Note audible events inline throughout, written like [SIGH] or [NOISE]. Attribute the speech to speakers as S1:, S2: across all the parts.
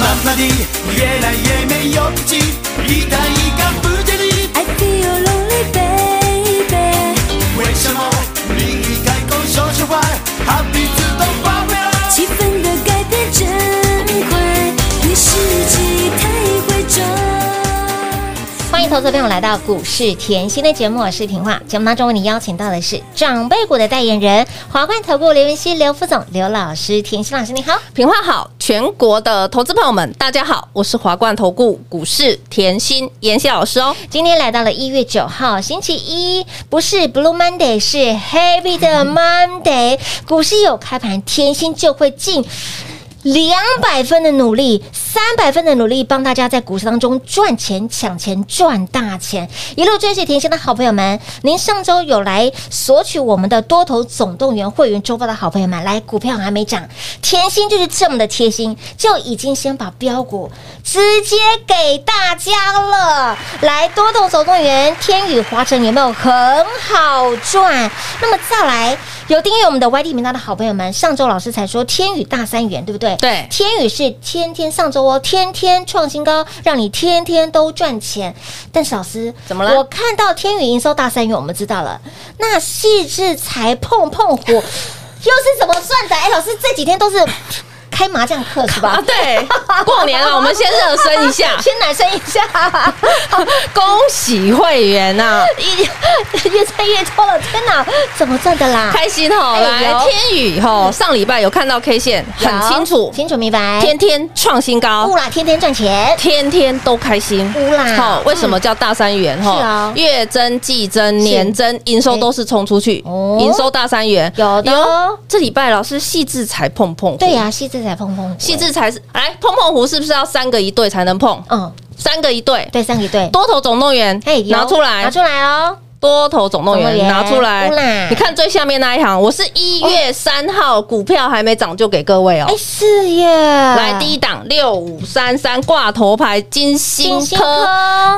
S1: 麻麻地，越来越没勇气，一谈一看不见你，
S2: I feel lonely, baby。
S1: 为什么你一开口说实话，好比自动发飙？
S2: 气氛的改变真快，对世纪太会转。
S3: 欢迎投资朋友来到股市甜心的节目，我是平化。节目当中为你邀请到的是长辈股的代言人华冠投顾刘云熙、刘副总、刘老师、甜心老师，你好。
S4: 品话好，全国的投资朋友们，大家好，我是华冠投顾股市甜心妍希老师哦。
S3: 今天来到了一月九号星期一，不是 Blue Monday，是 Happy 的 Monday。股市有开盘，甜心就会尽两百分的努力，三百分的努力，帮大家在股市当中赚钱、抢钱、赚大钱。一路追随甜心的好朋友们，您上周有来索取我们的多头总动员会员周报的好朋友们，来股票还没涨，甜心就是这么的贴心，就已经先把标股直接给大家了。来，多头总动员，天宇、华晨有没有很好赚？那么再来，有订阅我们的 YT 频道的好朋友们，上周老师才说天宇大三元，对不对？
S4: 对
S3: 天宇是天天上周哦，天天创新高，让你天天都赚钱。但是老师
S4: 怎么了
S3: 我看到天宇营收大三元，我们知道了，那细致才碰碰火 [LAUGHS] 又是怎么算的？哎，老师这几天都是开麻将课是吧，
S4: [LAUGHS] 啊，？对，过年了，我们先热身一
S3: [LAUGHS]
S4: 下
S3: 先暖身一下， [LAUGHS]
S4: 恭喜会员
S3: 啊
S4: 呐、
S3: 越越吹越多了，天哪，怎么赚的啦？
S4: 开心哦！
S3: 哎
S4: 来
S3: 有，
S4: 天宇吼，上礼拜有看到 K 线，很
S3: 有
S4: 清楚，
S3: 清楚明白。
S4: 天哦天创新高
S3: 乌，啦，天天赚钱，
S4: 天天都开心。
S3: 乌啦。
S4: 好，为什么叫大三元？
S3: 是啊
S4: 月增、季增、
S3: 是
S4: 年增，营收都是冲出去
S3: 哎哦，
S4: 营收大三元
S3: 有的哦
S4: 哟这礼拜老师细致才碰碰，
S3: 对，呀，细致才碰碰火，
S4: 细致才是来碰碰胡是不是要三个一对才能碰？
S3: 嗯，
S4: 三个一对，
S3: 对，上一对，
S4: 多头总动员
S3: 嘿，哎有
S4: 拿出来
S3: 拿，出来哦，
S4: 多头总动
S3: 总动
S4: 员
S3: 员
S4: 拿出
S3: 呼啦
S4: 来。你看最下面那一行，我是一月三号股票还没涨就给各位哦
S3: 哎，。是啊耶，
S4: 来第一档六五三三挂头牌金星
S3: 金星科
S4: 科，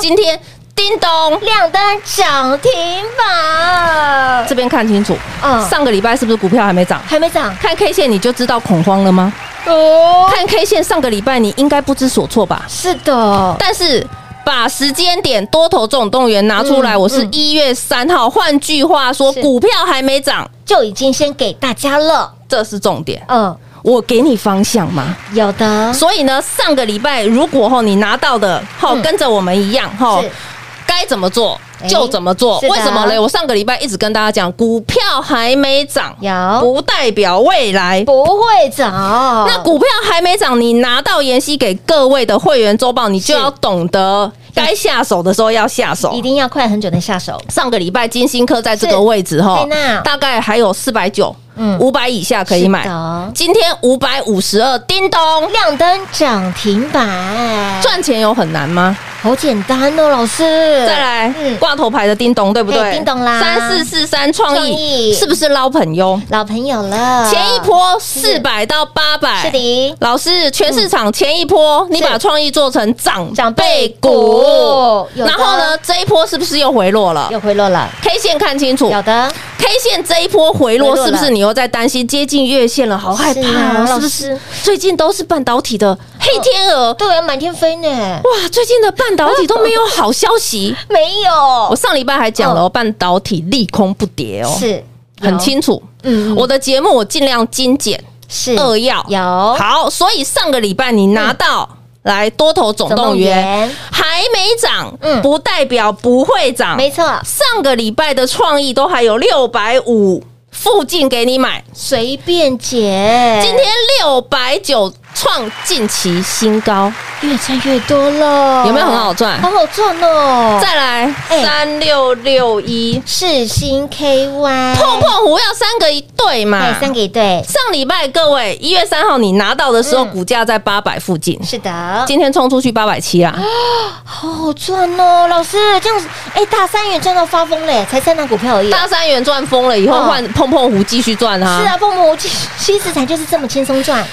S4: 今天叮咚
S3: 亮灯涨停板，
S4: 这边看清楚，
S3: 嗯
S4: 上个礼拜是不是股票还没涨？
S3: 还没涨
S4: 看 K 线你就知道恐慌了吗？
S3: 哦，
S4: 看 K 线上个礼拜你应该不知所措吧？
S3: 是的，
S4: 但是把时间点多头总动员拿出来，
S3: 嗯
S4: 我是
S3: 嗯
S4: 一月三号，换句话说，
S3: 是
S4: 股票还没涨，
S3: 就已经先给大家了，
S4: 这是重点。
S3: 嗯，
S4: 我给你方向嘛。
S3: 有的，
S4: 所以呢，上个礼拜如果吼你拿到的吼
S3: 嗯
S4: 跟着我们一样吼
S3: 是，
S4: 该怎么做
S3: 哎
S4: 就怎么做。
S3: 是的
S4: 为什么嘞？我上个礼拜一直跟大家讲，股票还没涨，
S3: 有
S4: 不代表未来。
S3: 不会涨，那
S4: 那股票还没涨，你拿到妍希给各位的会员周报，你就要懂得该下手的时候要下手
S3: 一。定要快很准的下手，
S4: 上个礼拜金星科在这个
S3: 是
S4: 位置哈
S3: 在那，
S4: 大概还有四百九
S3: 嗯，
S4: 五百以下可以买
S3: 是的。
S4: 今天五百五十二，叮咚，
S3: 亮灯涨停板，
S4: 赚钱有很难吗？
S3: 好简单哦，老师，
S4: 再来
S3: 嗯，
S4: 挂头牌的叮咚，对不
S3: 哎
S4: 对？
S3: 叮咚啦
S4: 三四四三创
S3: 创意
S4: 意是不是捞朋友？
S3: 老朋友了，
S4: 前一波四百到八百，
S3: 是的
S4: 老师，全市场前一波你
S3: 是
S4: 把创意做成长
S3: 长辈
S4: 辈
S3: 股
S4: 股，
S3: 有的
S4: 然后呢，这一波是不是又回落了
S3: 又回落了，
S4: ？K 线看清楚
S3: 有的，
S4: ，K 线这一波回落
S3: 回落了
S4: 是不是你又在担心接近月线了？好害怕
S3: 是啊
S4: 哦，
S3: 老
S4: 是
S3: 师
S4: 不是？最近都是半导体的黑天鹅，
S3: 对啊，满天飞呢，
S4: 哇，最近的半导体都没有好消息。
S3: 没
S4: 我
S3: 有，
S4: 上礼拜还讲了哦，半导体利空不跌哦，
S3: 是
S4: 很，清楚。
S3: 嗯嗯
S4: 我的节目我尽量精简
S3: 是
S4: 扼要。
S3: 有
S4: 好，所以上个礼拜你拿到。来多头总
S3: 总
S4: 动员
S3: 动员
S4: 还没涨，
S3: 嗯
S4: 不代表不会涨。
S3: 没错，
S4: 上个礼拜的创意都还有六百五附近给你买，
S3: 随便捡，
S4: 今天六百九创近期新高，
S3: 越赚越多了，
S4: 有没有很好赚
S3: 好好赚哦！
S4: 再来
S3: 哎
S4: 三六六一，
S3: 世新 KY
S4: 碰碰胡要三个一对嘛
S3: 哎，，三个一对，
S4: 上礼拜各位一月三号你拿到的时候，
S3: 嗯
S4: 股价在八百附近，
S3: 是啊的，
S4: 今天冲出去八百七啊啦。
S3: 好好赚哦，老师这样子，哎，大三元赚到发疯嘞，才三档股票而已。
S4: 大三元赚疯了以后，
S3: 嗯
S4: 换碰碰胡继续赚啊！
S3: 是啊，蹦蹦，我其其实才就是这么轻松赚。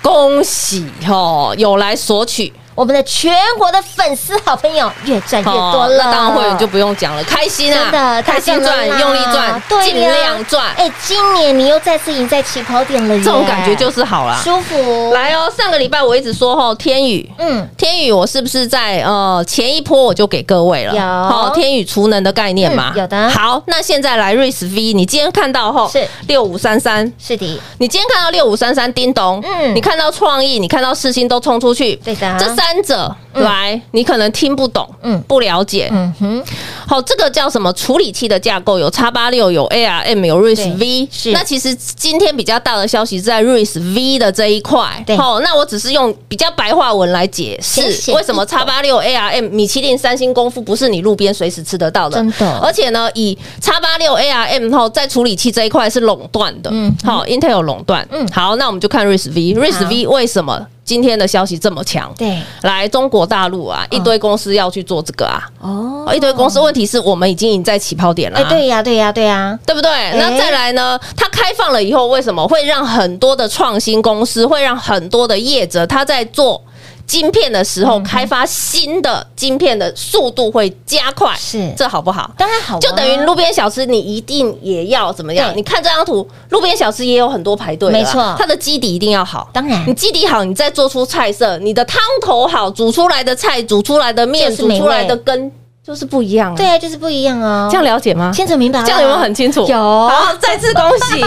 S4: 恭喜哦，有来索取
S3: 我们的全国的粉丝好朋友越赚越多了，
S4: 那当然会员就不用讲了，开心
S3: 真
S4: 啊，
S3: 的
S4: 开心赚，用力赚，尽量赚，
S3: 哎，今年你又再次赢在起跑点了耶，
S4: 这种感觉就是好啦。
S3: 舒服。，
S4: 来哦，上个礼拜我一直说吼，天宇。
S3: 嗯，
S4: 天宇，我是不是在呃前一波我就给各位了？
S3: 有
S4: 好、天宇储能的概念嘛、
S3: 嗯有的
S4: 好，那现在来瑞 i V，你今天看到后
S3: 是
S4: 六五三三，
S3: 是的，
S4: 你今天看到六五三三叮咚，
S3: 嗯
S4: 你看到创意，你看到世新都冲出去，
S3: 对的
S4: 这三者、来，你可能听不懂，
S3: 嗯
S4: 嗯，不了解，
S3: 嗯哼，
S4: 好，这个叫什么？处理器的架构有叉八六，有 ARM，有 RIS V。
S3: 是
S4: 那其实今天比较大的消息是在 RIS V 的这一块。
S3: 对
S4: 好，那我只是用比较白话文来解
S3: 先
S4: 释
S3: 写
S4: 为什么叉八六 ARM 米其林三星功夫不是你路边随时吃得到的。
S3: 真的
S4: 而且呢，以叉八六 ARM 后，在处理器这一块是垄断的。
S3: 嗯
S4: 嗯，好，Intel 垄断。
S3: 嗯
S4: 嗯，好，那我们就看 RIS V。
S3: 好
S4: RIS V 为什么今天的消息这么强？
S3: 对，嗯
S4: 来中国大陆啊，一堆公司要去做这个啊。
S3: 哦
S4: 哦，一堆公司，问题是我们已经赢在起跑点了、啊
S3: 哎，对。哎呀，对呀，对呀，
S4: 对不对？那再来呢？它开放了以后，为什么会让很多的创新公司，会让很多的业者，他在做晶片的时候，
S3: 嗯
S4: 开发新的晶片的速度会加快？
S3: 是
S4: 这好不好？
S3: 当然好啊，
S4: 就等于路边小吃，你一定也要怎么样
S3: 对？
S4: 你看这张图，路边小吃也有很多排队的啦，
S3: 没错
S4: 它的基底一定要好。
S3: 当然
S4: 你基底好，你再做出菜色，你的汤头好，煮出来的菜、煮出来的面、
S3: 就是
S4: 煮
S3: 美味
S4: 出来的羹就是不一样。
S3: 对，啊，就是不一样哦。
S4: 这样了解吗？
S3: 清楚明白了，
S4: 这样有没有很清楚？
S3: 有
S4: 好，再次恭
S3: [LAUGHS]
S4: 喜。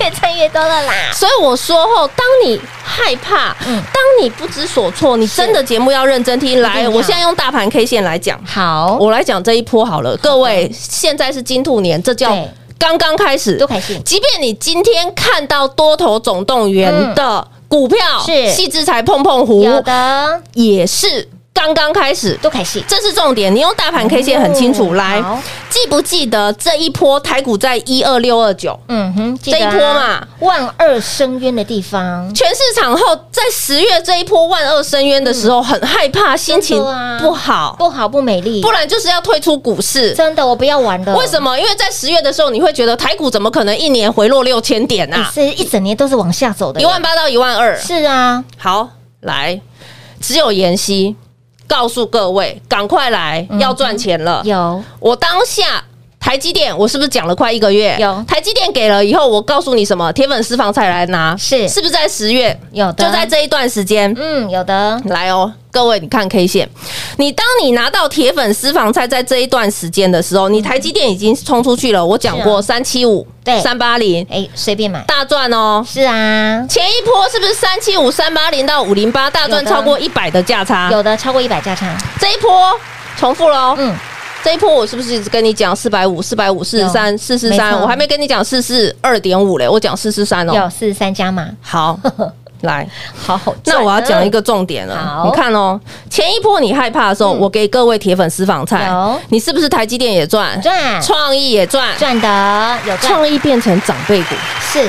S3: 越赚越多了啦。
S4: 所以我说后，当你害怕，
S3: 嗯
S4: 当你不知所措，你真的节目要认真听。
S3: 一定
S4: 来，
S3: 要
S4: 我现在用大盘 K 线来讲。
S3: 好，
S4: 我来讲这一波好了，各位，现在是金兔年，这叫
S3: 对
S4: 刚刚开始，
S3: 多开心
S4: 即便你今天看到多头总动员的股票，
S3: 嗯是
S4: 细之才碰碰胡，
S3: 有的
S4: 也是刚刚开始。
S3: 多开心，
S4: 这是重点，你用大盘 K 线很清楚。
S3: 嗯
S4: 来
S3: 好，
S4: 记不记得这一波台股在一二六二九？
S3: 嗯哼，记得啊
S4: 这一波嘛，
S3: 万二深渊的地方，
S4: 全市场后，在十月这一波万恶深渊的时候，很害怕，心情
S3: 嗯啊
S4: 不好，
S3: 不好不美丽，
S4: 不然就是要退出股市。
S3: 真的我不要玩了。
S4: 为什
S3: 么？
S4: 么？因为在十月的时候，你会觉得台股怎么可能一年回落六千点啊？
S3: 是一整年都是往下走的，
S4: 一万八到一万二。
S3: 是啊，
S4: 好，来，只有妍希告诉各位，赶快来，要赚钱了。
S3: 嗯有
S4: 我当下。台积电，我是不是讲了快一个月？
S3: 有
S4: 台积电给了以后，我告诉你什么？铁粉私房菜来拿，
S3: 是
S4: 是不是在十月？
S3: 有的，
S4: 就在，这一段时间，
S3: 嗯，有的，
S4: 来哦，各位，你看 K 线，你当你拿到铁粉私房菜在这一段时间的时候，你台积电已经冲出去了。我讲过三七五，
S3: 啊对
S4: 三八零
S3: 哎，随便买，
S4: 大赚哦。
S3: 是啊，
S4: 前一波是不是三七五、三八零到五零八大赚
S3: 有的
S4: 超过一百的价差？
S3: 有的超过一百价差，
S4: 这一波重复喽。
S3: 嗯，
S4: 这一波我是不是一直跟你讲四百五、四百五、四十三、四四
S3: 没
S4: 三？
S3: 错
S4: 我还没跟你讲四四二点五嘞，我讲四四三
S3: 有
S4: 哦。
S3: 四十三加码， [LAUGHS]
S4: 好，来，
S3: 好好赚
S4: 那我要讲一
S3: 个，
S4: 个重点了
S3: 好，
S4: 你看哦，前一波你害怕的时候，
S3: 嗯
S4: 我给各位铁粉私房菜
S3: 有，
S4: 你是不是台积电也赚，
S3: 赚
S4: 创意也赚，
S3: 赚的有赚
S4: 创意变成长辈股，
S3: 是，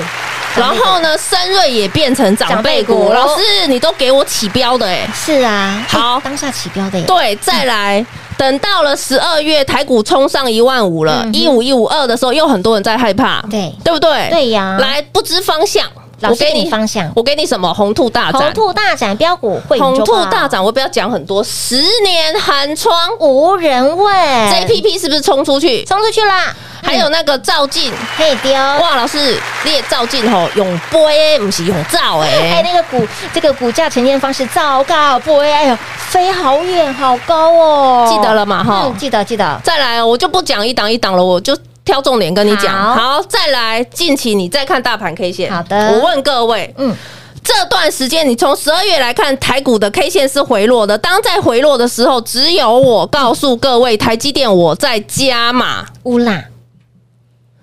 S4: 然后呢，深瑞也变成长辈
S3: 长辈
S4: 股，
S3: 股
S4: 老师你都给我起标的哎，
S3: 是啊，哎
S4: 好
S3: 当下起标的耶，
S4: 对，再来。等到了十二月，台股冲上一万五了
S3: 嗯，
S4: 一五一五二的时候，又很多人在害怕，
S3: 对
S4: 对不对？
S3: 对呀
S4: 来不知方向，
S3: 老师给你方向
S4: 我给你什么？红兔大展
S3: 红，兔大展标股会
S4: 红兔大展，我不要讲很多，十年寒窗
S3: 无人问
S4: JPP 是不是冲出去？
S3: 冲出去啦，
S4: 还有那个赵进，
S3: 可以丢。
S4: 哇，老师，列赵进吼，永波诶，不是永赵
S3: 哎，
S4: 诶，
S3: 那个股这个股价呈现方式糟糕，不会，哎呦，飞好远好高哦，
S4: 记得了嘛哈
S3: 嗯记得记得，
S4: 再来，哦我就不讲一档一档了，我就挑重点跟你讲。
S3: 好
S4: 好，再来，近期你再看大盘 K 线。
S3: 好的
S4: 我问各位，
S3: 嗯，
S4: 这段时间你从十二月来看台股的 K 线是回落的，当在回落的时候，只有我告诉各位，台积电我在加码。
S3: 乌啦，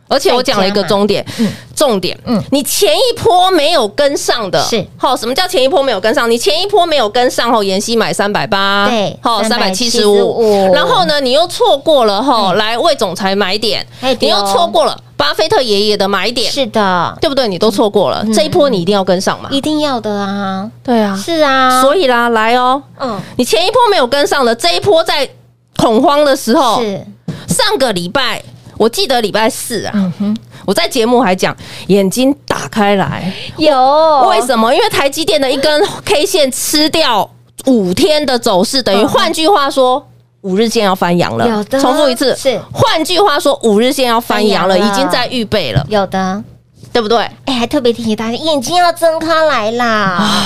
S4: 而且我讲了一个重点，重点，
S3: 嗯
S4: 嗯，你前一波没有跟上的，
S3: 是
S4: 好，什么叫前一波没有跟上？你前一波没有跟上后，妍希买三百八，
S3: 对
S4: 好，三百七十
S3: 375
S4: 五，嗯然后呢，你又错过了哈，来魏总裁买点
S3: 哎，
S4: 你
S3: 对哦
S4: 又错过了巴菲特爷爷的买点，
S3: 是的，
S4: 对不对？你都错过了，这一波你一定要跟上嘛，
S3: 一定要的啊，
S4: 嗯对啊，
S3: 是啊，
S4: 所以啦，来哦，
S3: 嗯，
S4: 你前一波没有跟上的，这一波在恐慌的时候，
S3: 是，
S4: 上个礼拜，我记得礼拜四啊，
S3: 嗯哼，
S4: 我在节目还讲，眼睛打开来，
S3: 有
S4: 为什么？因为台积电的一根 K 线吃掉五天的走势，等于
S3: 嗯
S4: 换句话说。五日线要翻阳了
S3: 有，的
S4: 重复一次。
S3: 是
S4: 换句话说，五日线要翻阳了，
S3: 翻阳
S4: 已
S3: 了
S4: 经在预备了，
S3: 有的，
S4: 对
S3: [LAUGHS]
S4: 不对？
S3: 哎，还特别提醒大家眼睛要睁开来啦，
S4: 啊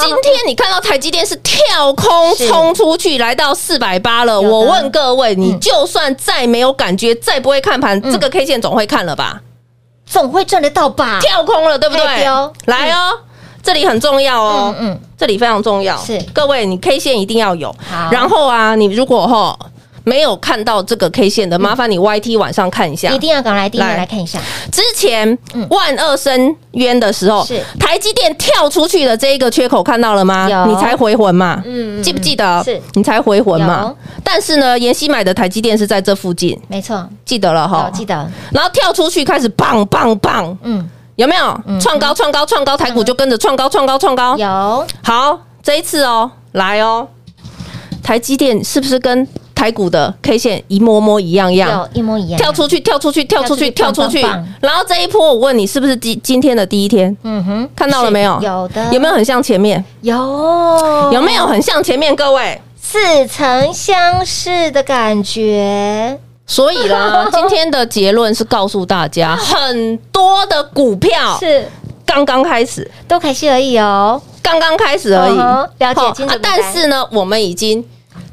S4: 今天你看到台积电是跳空
S3: 是
S4: 冲出去，来到四百八了。
S3: 有的
S4: 我问各位，你
S3: 嗯
S4: 就算再没有感觉，再不会看盘，这个 K 线总会看了吧？
S3: 总会赚得到吧？
S4: 跳空了，对不对
S3: 哎对哦？
S4: 来哦，这里很重要哦
S3: 嗯，嗯，
S4: 这里非常重要。
S3: 是
S4: 各位，你 K 线一定要有
S3: 好。
S4: 然后啊，你如果吼没有看到这个 K 线的，麻烦你 YT 晚上看一下
S3: 嗯一。定要赶来，一定要
S4: 来
S3: 来看一下，
S4: 之前万恶深渊的时候
S3: 是，
S4: 台积电跳出去的这一个缺口看到了吗
S3: 有？
S4: 你才回魂嘛，
S3: 嗯嗯
S4: 记不记得？
S3: 是
S4: 你才回魂嘛
S3: 有。
S4: 但是呢，妍希买的台积电是在这附近，
S3: 没错，
S4: 记得了
S3: 好
S4: 哈，
S3: 哦记。得，
S4: 然后跳出去开始棒棒棒，
S3: 嗯，
S4: 有没有创高创高创高，台股就跟着创高创高创高。
S3: 有
S4: 好，这一次哦，来哦，台积电是不是跟台股的 K 线一模模一样样
S3: 有？一模一样，
S4: 跳出去，跳出去，跳出去，
S3: 跳
S4: 跳
S3: 出
S4: 出
S3: 去
S4: 去
S3: 棒棒棒。
S4: 然后这一波，我问你，是不是今今天的第一天？
S3: 嗯哼，
S4: 看到了没有？
S3: 是有的，
S4: 有没有很像前面？
S3: 有
S4: 有没有很像前面？各位，
S3: 似曾相识的感觉？
S4: 所以
S3: [LAUGHS]
S4: 啦，今天的结论是告诉大家，很多的股票
S3: 是，
S4: 刚刚开始，
S3: 都开心而已哦，
S4: 刚刚开始而已。
S3: 嗯哼了解
S4: 好
S3: 精准
S4: 啊
S3: 明白
S4: 但是呢，我们已经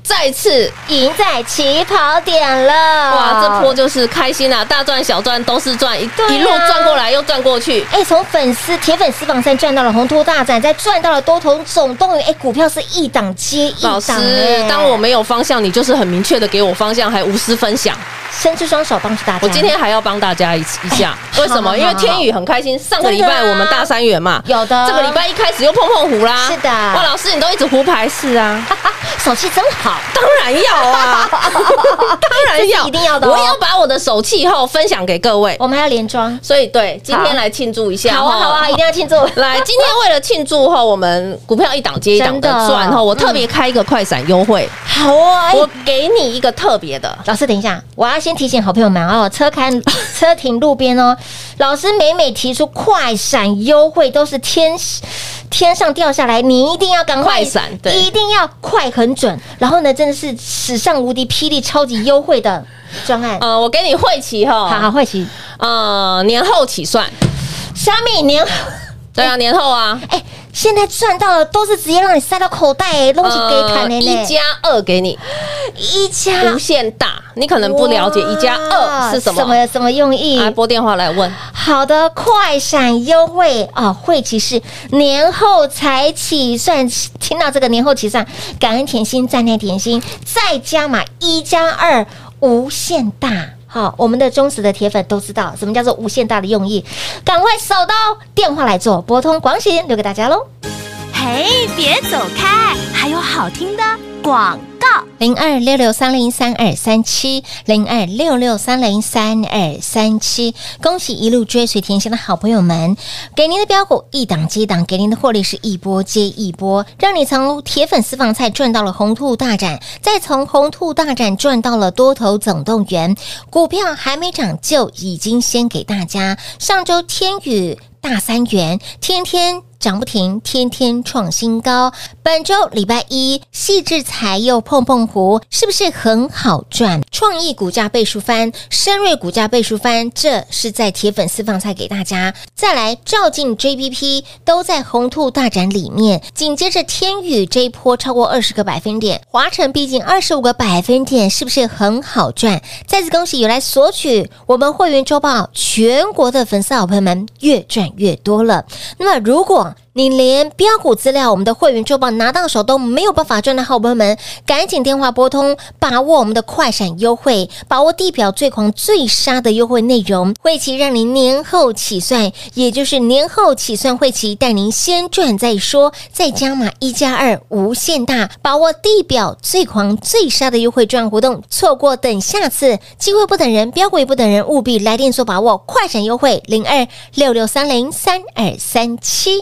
S4: 再次
S3: 赢在起跑点了，
S4: 哇，这波就是开心啊，大赚小赚都是赚，一、
S3: 对啊
S4: 一路赚过来又赚过去。
S3: 哎，从粉丝铁粉丝榜上赚到了宏图大展，再赚到了多头总动员，哎，股票是一档接一档。
S4: 老师
S3: 哎，
S4: 当我没有方向，你就是很明确的给我方向，还无私分
S3: 啊
S4: 享。
S3: 伸出双手帮助大家，
S4: 我今天还要帮大家一一
S3: [LAUGHS]
S4: 下，为什
S3: 好好好
S4: 么？因为天宇很开心，上个礼拜
S3: 真的啊
S4: 我们大三元嘛，
S3: 有的
S4: 这个礼拜一开始又碰碰胡啦。
S3: 是的
S4: 哇，老师你都一直胡牌是
S3: [LAUGHS]
S4: 啊，
S3: 手气真好，
S4: 当然要啊，
S3: [LAUGHS]
S4: 当然
S3: 这
S4: 要，
S3: 是一定要的哦
S4: 我要把我的手气后分享给各位，
S3: 我们还要连庄。
S4: 所以对，今
S3: 好
S4: 天来庆祝一下。
S3: 好啊，
S4: 哈
S3: 好啊，一定要庆祝。
S4: 来，今天为了庆祝后，我们股票一档接一档的
S3: 真的
S4: 赚后，我特别开一个快闪优惠，
S3: 好哦，哎
S4: 我给你一个特别的。
S3: 老师，等一下，我要先提醒好朋友们哦，车
S4: [LAUGHS]
S3: 开车停路边哦。老师每每提出快闪优惠，都是天天上掉下来，你一定要赶快
S4: 快闪对
S3: 一定要快很准。然后呢，真的是史上无敌霹雳超级优惠的专案。
S4: 呃，我给你汇齐
S3: 好好，
S4: 哈，
S3: 慧琪，
S4: 呃，年后起算，
S3: 虾米年，
S4: 对啊，年后啊，
S3: [LAUGHS] 哎，现在赚到的都是直接让你塞到口袋，哎，东西给砍的
S4: 呃一
S3: 呢，
S4: 加二给你
S3: 一家
S4: 无限大，你可能不了解一加
S3: 哇
S4: 二是什
S3: 什
S4: 么，啊
S3: 么什么用意？
S4: 来拨电话来问，
S3: 好的，快闪优惠啊！会期是年后才起算，听到这个年后起算，感恩甜心，赞叹甜心，再加码一加二，无限大。好，我们的忠实的铁粉都知道什么叫做无限大的用意，赶快手刀电话来做，拨通广喜留给大家喽。
S5: 嘿，别走开，还有好听的广告。
S3: 零二六六三零三二三七，零二六六三零三二三七。恭喜一路追随甜心的好朋友们，给您的标股一档接一档，给您的获利是一波接一波，让你从铁粉私房菜赚到了红兔大展，再从红兔大展赚到了多头总动员。股票还没涨就已经先给大家。上周天宇大三元，天天。涨不停，天天创新高。本周礼拜一，细致财又碰碰胡，是不是很好赚？创意股价倍数翻，深瑞股价倍数翻，这是在铁粉私房菜给大家。再来，照进 JPP 都在红兔大展里面，紧接着天宇这一波超过二十个百分点，华晨逼近二十五个百分点，是不是很好赚？再次恭喜有来索取我们会员周报全国的粉丝好朋友们，越赚越多了。那么，如果你连标股资料、我们的会员周报拿到手都没有办法赚的好朋友们，赶紧电话拨通，把握我们的快闪优惠，把握地表最狂最杀的优惠内容，会期让您年后起算，也就是年后起算会期，带您先赚再说，再加码一加二无限大，把握地表最狂最杀的优惠赚活动，错过等下次机会不等人，标股也不等人，务必来电做把握快闪优惠零二六六三零三二三七。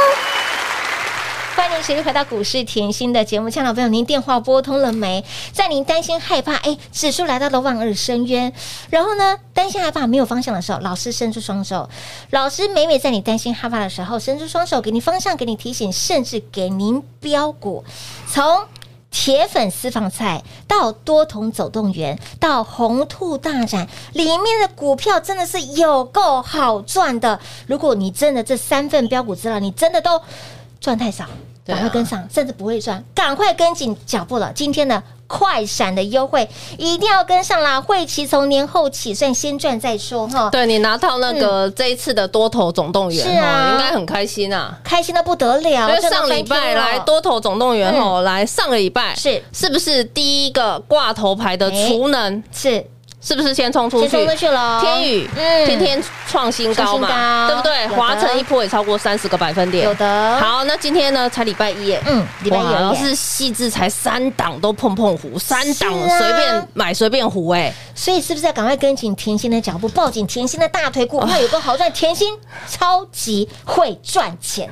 S3: 欢迎随时回到股市甜心的节目，亲爱的朋友，您电话拨通了没？在您担心害怕，哎，指数来到了万二深渊，然后呢，担心害怕没有方向的时候，老师伸出双手，老师每每在你担心害怕的时候，伸出双手，给你方向，给你提醒，甚至给您标股，从。铁粉私房菜到多桶走动员到红兔大展，里面的股票真的是有够好赚的。如果你真的这三份标股资料，你真的都赚太少，
S4: 对啊
S3: 赶快跟上，甚至不会赚，赶快跟紧脚步了。今天的快闪的优惠一定要跟上啦！会期从年后起算，先赚再说哈。
S4: 对你拿到那个这一次的多头总动员
S3: 嗯是啊
S4: 哦，应该很开心啊。
S3: 开心的不得了，
S4: 因为
S3: 赚到
S4: 上
S3: 翻
S4: 礼拜
S3: 天了嗯
S4: 来多头总动员哦，来上个礼拜
S3: 是
S4: 是不是第一个挂头牌的储能
S3: 是
S4: 是不是先冲出
S3: 哎先
S4: 去
S3: 冲？出去了哦，
S4: 天宇
S3: 嗯
S4: 天天创新
S3: 创
S4: 高嘛，
S3: 新高
S4: 对不对？
S3: 有的
S4: 华晨一波也超过三十个百分点，
S3: 有的
S4: 好，那今天呢才礼拜一耶，
S3: 嗯礼拜一
S4: 哇
S3: 而已
S4: 老师细致才三档都碰碰胡，三档
S3: 是啊
S4: 随便买随便胡哎，
S3: 所以是不是要赶快跟紧甜心的脚步，抱紧甜心的大腿？股票有个好赚，甜心超级会赚钱，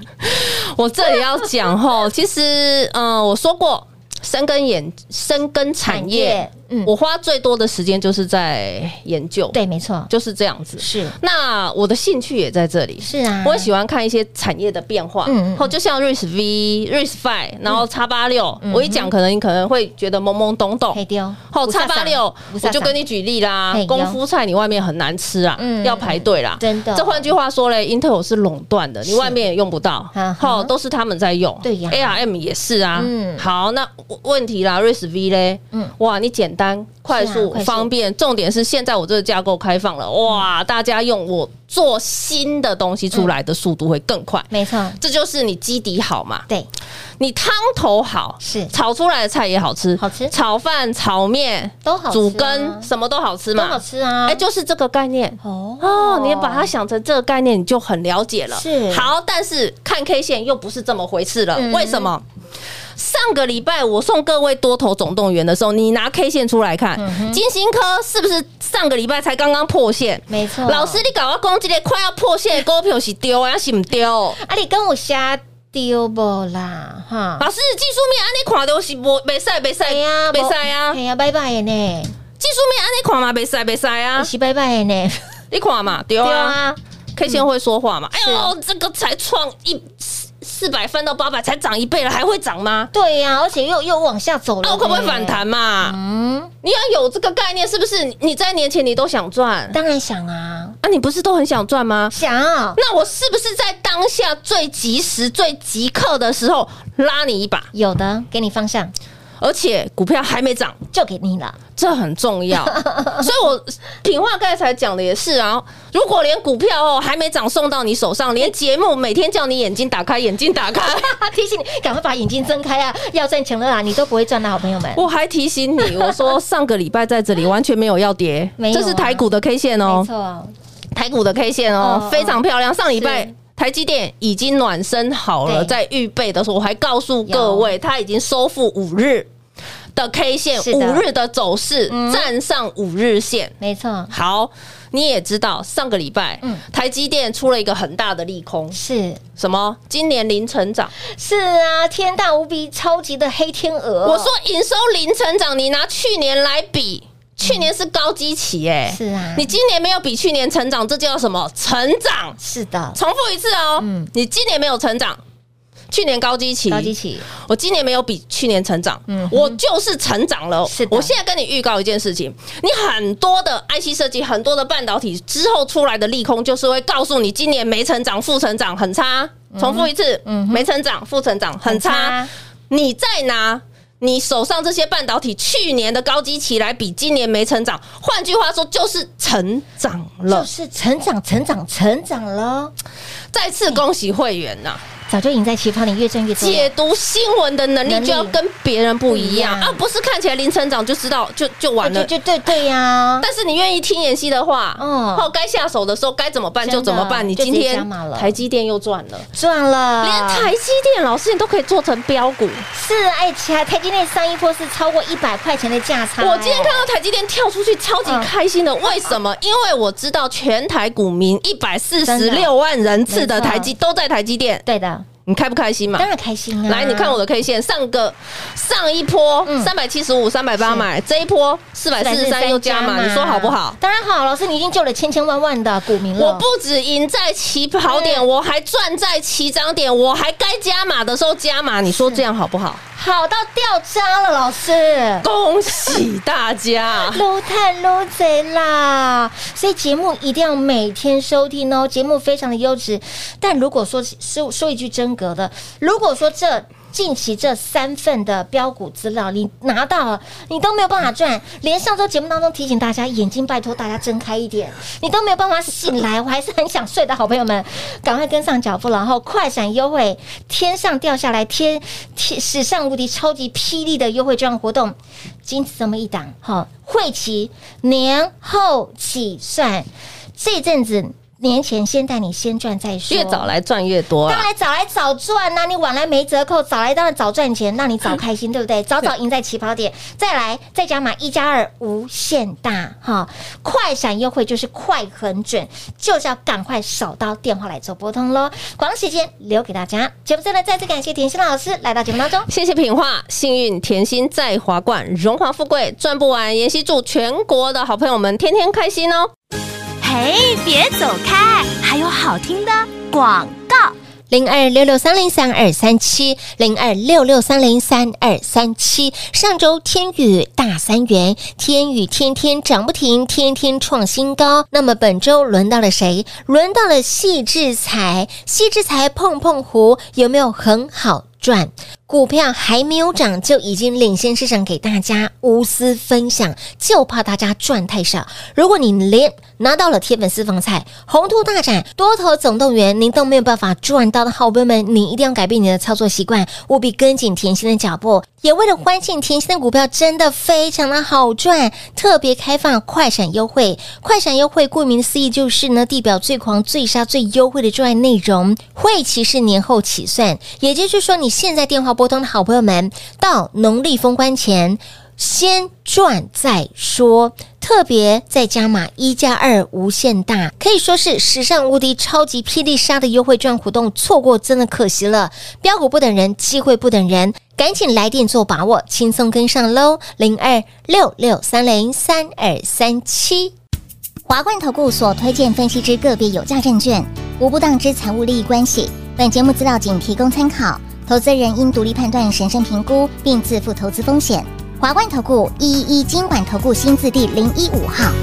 S4: 我这里要讲吼， [LAUGHS] 其实嗯、呃我说过。深耕研、深耕产业，
S3: 产业嗯
S4: 我花最多的时间就是在研究，，
S3: 对，没错，
S4: 就是这样子。
S3: 嗯是
S4: 那我的兴趣也在这里，
S3: 是啊
S4: 我也喜欢看一些产业的变化，
S3: 嗯嗯嗯嗯
S4: 嗯，后就像 RIS V、RIS Five，然后叉八六，我一讲可能你可能会觉得懵懵懂懂
S3: 黑，嗯丢
S4: 后叉八六，我就跟
S3: 你
S4: 你举例啦
S3: 嘿有，
S4: 功夫菜你外面很难吃啊
S3: 嗯，
S4: 要排队啦。
S3: 真的
S4: 这换句话说嘞，英特尔是垄断的，你外面也用不到哦
S3: 嗯，哼
S4: 好，都是他们在用。
S3: 对呀
S4: ，ARM 也是啊
S3: 嗯。
S4: 好，那问题啦，Race V 嘞
S3: 嗯，
S4: 哇，你简单、快速
S3: 快速、
S4: 方便，重点是现在我这个架构开放了，
S3: 嗯
S4: 哇，大家用我做新的东西出来的速度会更快。
S3: 没错，
S4: 这就是你基底好嘛，
S3: 嗯对，
S4: 你汤头好，
S3: 是
S4: 炒出来的菜也好吃，
S3: 好吃
S4: 炒饭、炒面
S3: 都好吃啊
S4: 煮羹什么都好吃
S3: 都
S4: 嘛，
S3: 好。吃啊，
S4: 哎，就是这个概念
S3: 哦
S4: 哦，你把它想成这个概念，你就很了解了。
S3: 是
S4: 好，但是看 K 线又不是这么回事了
S3: 嗯，
S4: 为什么？上个礼拜我送各位多头总动员的时候，你拿 K 线出来看，
S3: 嗯
S4: 金星科是不是上个礼拜才刚刚破线？
S3: 没错，
S4: 老师，你搞到攻击力快要破线的股票是丢啊，还是唔丢？
S3: 啊，你跟我瞎丢不啦？哈，
S4: 老师，技术面安尼看都是无袂使袂使
S3: 哎呀，
S4: 袂使啊！
S3: 哎呀，拜拜的呢，
S4: 技术面安尼看嘛袂使袂使啊
S3: 一！起拜拜的呢，
S4: 你看嘛，对
S3: 哎对
S4: 啊
S3: 啊，
S4: ，K 线会说话嘛？哎
S3: 是
S4: 呦，这个才创一四四百分到八百，才涨一倍了，还会涨吗？啊
S3: 对呀，而且又又往下走了，
S4: 那我可不可以反？弹嘛？
S3: 嗯，
S4: 你要有这个概念，是不是？你你在年前你都想赚
S3: 当然想啊，
S4: 啊？你不是都很想赚吗？
S3: 想，啊
S4: 那我是不是在当下最及时、最即刻的时候拉你一把？
S3: 有的给你方向
S4: 而且股票还没涨，
S3: 就给你了，
S4: 这很重要，所以我品话刚才讲的也是啊。如果连股票哦还没涨送到你手上，连节目每天叫你眼睛打开，眼睛打开，
S3: 他 [LAUGHS] 提醒你赶快把眼睛睁开啊！要赚钱了啦，你都不会赚的好朋友们。
S4: [LAUGHS] 我还提醒你，我说上个礼拜在这里完全没有要跌，
S3: 没有啊
S4: 这是台股的 K 线
S3: 没
S4: 哦，
S3: 错，
S4: 台股的 K 线哦，
S3: 嗯
S4: 非常漂亮。上礼拜
S3: 是。
S4: 台积电已经暖身好了，
S3: 对
S4: 在预备的时候，我还告诉各位，它已经收复五日的 K 线
S3: 是，的
S4: 五日的走势
S3: 嗯
S4: 站上五日线。
S3: 没错，
S4: 好，你也知道上个礼拜，
S3: 嗯
S4: 台积电出了一个很大的利空，
S3: 是
S4: 什么？今年零成长。
S3: 是啊，天大无比，超级的黑天鹅。
S4: 我说营收零成长，你拿去年来比，去年是高基期、哎，
S3: 是啊
S4: 你今年没有比去年成长，这叫什么？成长。
S3: 是的，
S4: 重复一次哦，
S3: 嗯
S4: 你今年没有成长，去年高基期，
S3: 高基期
S4: 我今年没有比去年成长，
S3: 嗯哼
S4: 我就是成长了。
S3: 是的
S4: 我现在跟你预告一件事情，你很多的 IC 设计，很多的半导体之后出来的利空，就是会告诉你今年没成长、负成长很差。重复一次，
S3: 嗯哼
S4: 没成长、负成长很
S3: 很
S4: 差。
S3: 差
S4: 你再拿你手上这些半导体去年的高基期来比，今年没成长，换句话说就是成长
S3: 就
S4: 了。
S3: 是成长、成长、成长喽，
S4: 再次恭喜会员呐、
S3: 早就赢在起跑点，越赚越多了。
S4: 解读新闻的能力
S3: 能力
S4: 就要跟别人不一样
S3: 不一样
S4: 啊，不是看起来零成长就知道就就完了
S3: 对。对对对呀、
S4: 但是你愿意听妍希的话，
S3: 嗯
S4: 嗯，后该下手的时候该怎么办
S3: 真的
S4: 就怎么办。你今
S3: 就直接加
S4: 天
S3: 码了啊
S4: 台积电又赚了，
S3: 赚了，
S4: 连台积电老师你都可以做成标股。
S3: 是啊，哎，其台台积电上一波是超过一百块钱的价差、
S4: 我今天
S3: 哎
S4: 看到台积电跳出去，超级开心的。为什么？因为我知道全台股民一百四十六万人次的台积都在台积电，
S3: 对的，
S4: 你开不开心嘛
S3: 当？然开心啊！
S4: 来，你看我的 K 线，上个上一波
S3: 嗯
S4: 三百七十五、三百八买，这一波四百四十三
S3: 443
S4: 又加码，你说好不好？
S3: 当然好，老师，你已经救了千千万万的股民了。
S4: 我不止赢在起跑点，
S3: 对
S4: 我还赚在起涨点，我还该加码的时候加码，你说这样好不好？
S3: 好到掉渣了，老师。！
S4: 恭喜大家 [LAUGHS]
S3: [LAUGHS] 撸探撸贼啦！所以节目一定要每天收听哦，节目非常的优质。但如果说说说一句真格的，如果说这近期这三份的标股资料你拿到了，你都没有办法赚，连上周节目当中提醒大家，眼睛拜托大家睁开一点，你都没有办法醒来，我还是很想睡的好朋友们，赶快跟上脚步，然后快闪优惠，天上掉下来，天天史上无敌超级霹雳的优惠券活动，仅此这么一档，哈、会期年后起算，这阵子年前先带你先赚再说，
S4: 越早。来赚越多啊
S3: 当
S4: 啦！
S3: 然早来早赚呐、你晚来没折扣，早来当然早赚钱，让你早开
S4: [LAUGHS]
S3: 心，对不对？早早赢在起跑点，再来再加码一加二无限大哈、快闪优惠就是快很准，就是要赶快手刀电话来做拨通喽。广告时间留给大家，节目真的再次感谢甜心老师来到节目当中。
S4: 谢谢品画，幸运甜心在华冠，荣华富贵赚不完。妍希祝全国的好朋友们天天开心哦！
S2: 嘿，别走开，还有好听的广告。
S3: 零二六六三零三二三七，零二六六三零三二三七。上周天宇大三元，天宇天天涨不停，天天创新高。那么本周轮到了谁？轮到了细致财，细致财碰碰胡有没有很好赚？股票还没有涨就已经领先市场给大家无私分享，就怕大家赚太少。如果你连拿到了铁粉私房菜、红兔大展、多头总动员，您都没有办法赚到的好朋友们，你一定要改变你的操作习惯，务必跟紧甜心的脚步。也为了欢庆甜心的股票真的非常的好赚，特别开放快闪优惠。快闪优惠顾名思义就是呢，地表最狂、最杀、最优惠的专案内容，会期是年后起算，也就是说，你现在电话拨通的好朋友们，到农历封关前。先赚再说，特别再加码一加二无限大，可以说是史上无敌超级霹雳杀的优惠券活动，错过真的可惜了。标股不等人，机会不等人，赶紧来电做把握，轻松跟上喽！零二六六三零三二三七。
S6: 华冠投顾所推荐分析之个别有价证券，无不当之财务利益关系。本节目资料仅提供参考，投资人应独立判断、审慎评估，并自负投资风险。华冠投顾一一一金管投顾新字第零一五号。